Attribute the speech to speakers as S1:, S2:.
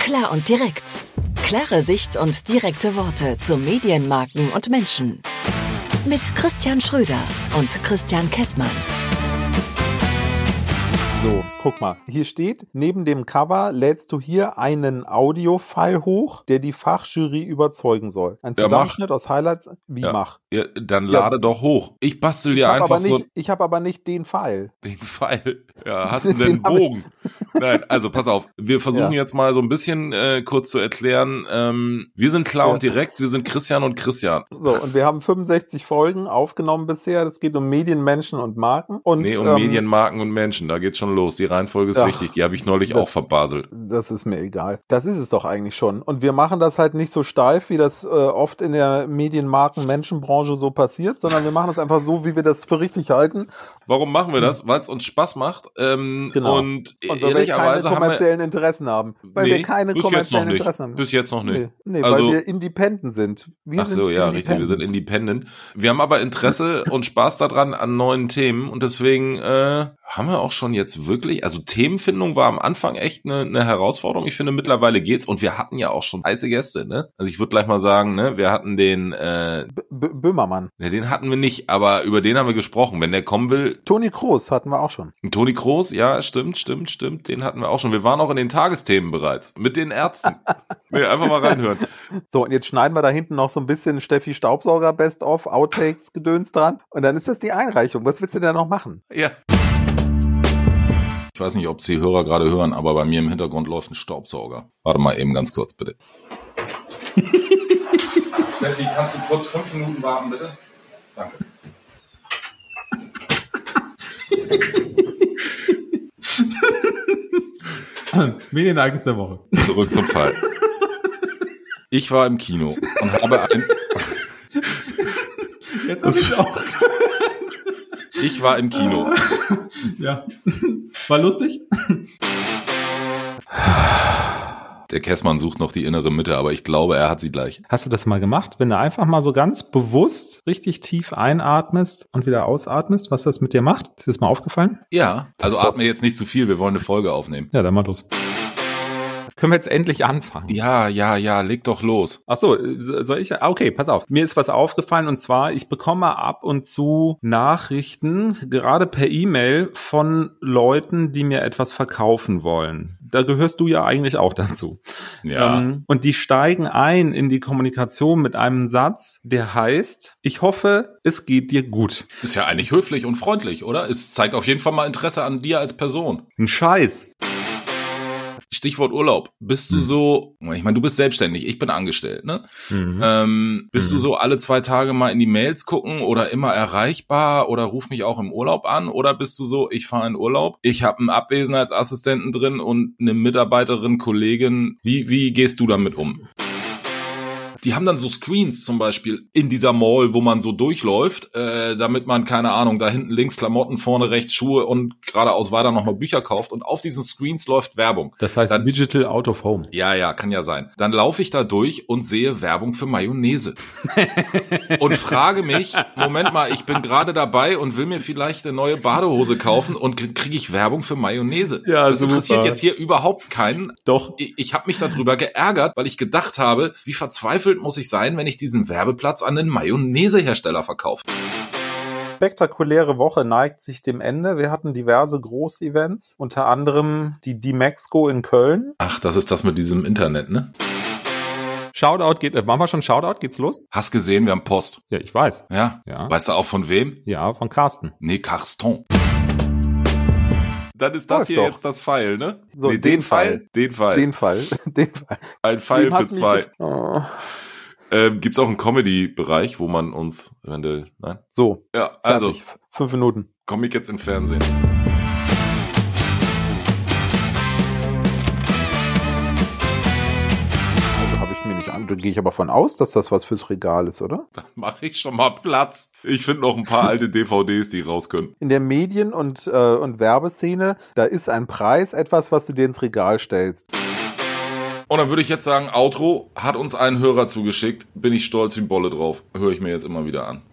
S1: Klar und direkt. Klare Sicht und direkte Worte zu Medienmarken und Menschen. Mit Christian Schröder und Christian Kessmann.
S2: So, guck mal. Hier steht, neben dem Cover lädst du hier einen Audiofile hoch, der die Fachjury überzeugen soll. Ein
S3: Ja, mach.
S2: Zusammenschnitt aus Highlights. Wie
S3: Ja.
S2: mach?
S3: Ja, dann
S2: Ja.
S3: lade doch hoch. Ich bastel
S2: Ich
S3: dir
S2: habe
S3: einfach
S2: aber,
S3: so
S2: nicht- ich hab aber nicht den Pfeil.
S3: den Pfeil. Ja, hast du denn
S2: Den
S3: einen
S2: hab ich.
S3: Bogen? Nein, also pass auf. Wir versuchen
S2: Ja.
S3: jetzt mal so ein bisschen äh, kurz zu erklären. Ähm, wir sind klar
S2: Ja.
S3: und direkt. Wir sind Christian und Christian.
S2: So, und wir haben 65 Folgen aufgenommen bisher. Es geht um Medien, Menschen und Marken. Und,
S3: nee, um
S2: ähm,
S3: Medienmarken und Menschen. Da geht's schon los. Die Reihenfolge ist
S2: Ach,
S3: wichtig. Die habe ich neulich
S2: das-
S3: auch verbaselt.
S2: Das ist mir egal. Das ist es doch eigentlich schon. Und wir machen das halt nicht so steif, wie das äh, oft in der Medienmarken-Menschenbranche so passiert, sondern wir machen das einfach so, wie wir das für richtig halten.
S3: Warum machen wir das? Weil es uns Spaß macht. Ähm,
S2: Mhm. Genau.
S3: Und,
S4: Äh,
S2: Und weil wir keine
S3: ehrlicherweise haben wir.
S2: kommerziellen Interessen haben. Weil
S3: Nee,
S2: wir keine
S3: bis jetzt noch
S2: kommerziellen
S3: nicht.
S2: Interessen haben.
S3: Bis jetzt noch nicht.
S2: nee, nee
S3: Also-
S2: weil wir independent sind. Wir
S3: Ach
S2: sind
S3: so, ja, richtig. Wir sind independent. Wir haben aber Interesse und Spaß daran an neuen Themen und deswegen äh, haben wir auch schon jetzt wirklich, also Themenfindung war am Anfang echt eine, eine Herausforderung. Ich finde, mittlerweile geht's und wir hatten ja auch schon heiße Gäste, ne? Also ich würde gleich mal sagen, ne, wir hatten den, äh,
S2: B B Böhmermann.
S3: ne, den hatten wir nicht, aber über den haben wir gesprochen. Wenn der kommen will,
S2: Toni Kroos hatten wir auch schon.
S3: Toni Kroos, ja, stimmt, stimmt, stimmt, den hatten wir auch schon. Wir waren auch in den Tagesthemen bereits mit den Ärzten. nee, einfach mal reinhören.
S2: So, und jetzt schneiden wir da hinten noch so ein bisschen Steffi Staubsauger Best of, Outtakes, Gedöns dran. Und dann ist das die Einreichung. Was willst du denn da noch machen?
S3: Ja. Ich weiß nicht, ob Sie Hörer gerade hören, aber bei mir im Hintergrund läuft ein Staubsauger. Warte mal eben ganz kurz, bitte. Steffi, kannst du kurz fünf Minuten warten, bitte? Danke.
S4: Medienereignis der Woche.
S3: Zurück zum Fall. Ich war im Kino und habe ein,
S4: Jetzt hab ich's auch.
S3: ich war im Kino.
S4: Ja. War lustig?
S3: Der Kessmann sucht noch die innere Mitte, aber ich glaube, er hat sie gleich.
S4: Hast du das mal gemacht, wenn du einfach mal so ganz bewusst richtig tief einatmest und wieder ausatmest, was das mit dir macht? Ist dir das mal aufgefallen?
S3: Ja, also
S4: Das-
S3: atme jetzt nicht zu viel, wir wollen eine Folge aufnehmen.
S4: Ja, dann mal los. Können wir jetzt endlich anfangen?
S3: Ja, ja, ja, leg doch los.
S4: Ach so, äh, soll ich? ah, Okay, pass auf. Mir ist was aufgefallen und zwar, ich bekomme ab und zu Nachrichten, gerade per E-Mail, von Leuten, die mir etwas verkaufen wollen. Da gehörst du ja eigentlich auch dazu.
S3: Ja.
S4: Ähm, und die steigen ein in die Kommunikation mit einem Satz, der heißt, ich hoffe, es geht dir gut.
S3: Ist ja eigentlich höflich und freundlich, oder? Es zeigt auf jeden Fall mal Interesse an dir als Person.
S4: Ein Scheiß.
S3: Stichwort Urlaub. Bist du
S4: Hm.
S3: so, ich meine, du bist selbstständig, ich bin angestellt, ne?
S4: Äh,
S3: Ähm, bist
S4: Mhm.
S3: du so alle zwei Tage mal in die Mails gucken oder immer erreichbar oder ruf mich auch im Urlaub an? Oder bist du so, ich fahre in Urlaub, ich habe einen Abwesenheitsassistenten drin und eine Mitarbeiterin, Kollegin. Wie, wie gehst du damit um? Die haben dann so Screens zum Beispiel in dieser Mall, wo man so durchläuft, äh, damit man, keine Ahnung, da hinten links Klamotten, vorne rechts Schuhe und geradeaus weiter nochmal Bücher kauft. Und auf diesen Screens läuft Werbung.
S4: Das heißt
S3: dann-
S4: Digital Out of Home.
S3: Ja, ja, kann ja sein. Dann laufe ich da durch und sehe Werbung für Mayonnaise. und frage mich, Moment mal, ich bin gerade dabei und will mir vielleicht eine neue Badehose kaufen und k- kriege ich Werbung für Mayonnaise.
S4: Ja,
S3: das
S4: super.
S3: interessiert jetzt hier überhaupt keinen.
S4: Doch.
S3: Ich, ich habe mich darüber geärgert, weil ich gedacht habe, wie verzweifelt muss ich sein, wenn ich diesen Werbeplatz an den Mayonnaisehersteller verkaufe.
S2: Spektakuläre Woche neigt sich dem Ende. Wir hatten diverse Großevents, unter anderem die D-Mexco in Köln.
S3: Ach, das ist das mit diesem Internet, ne?
S4: Shoutout geht, äh, machen wir schon Shoutout? Geht's los?
S3: Hast gesehen, wir haben Post.
S4: Ja, ich weiß.
S3: Ja.
S4: Ja.
S3: Weißt du auch von wem?
S4: Ja, von Carsten.
S3: Nee, Carston. Dann ist
S2: das
S3: das
S2: Läuft
S3: hier
S2: hier doch.
S3: jetzt
S2: jetzt
S3: das Pfeil, ne?
S2: So, Nee, den den Pfeil. Pfeil.
S3: Den Pfeil.
S2: Den Fall. Den Fall.
S3: Ein Pfeil
S2: Dem
S3: für
S2: hast du mich
S3: zwei.
S2: gef- Oh.
S3: Ähm, gibt's auch einen Comedy-Bereich, wo man uns, wenn du, nein?
S2: So,
S3: Ja, also,
S2: fertig. F- Fünf Minuten.
S3: komm ich jetzt im Fernsehen.
S2: Also habe ich mir nicht an. Da gehe ich aber von aus, dass das was fürs Regal ist, oder?
S3: Dann mache ich schon mal Platz. Ich finde noch ein paar alte DVDs, die raus können.
S2: In der Medien- und, äh, und Werbeszene, da ist ein Preis etwas, was du dir ins Regal stellst.
S3: Und dann würde ich jetzt sagen, Outro hat uns einen Hörer zugeschickt. Bin ich stolz wie Bolle drauf. Höre ich mir jetzt immer wieder an.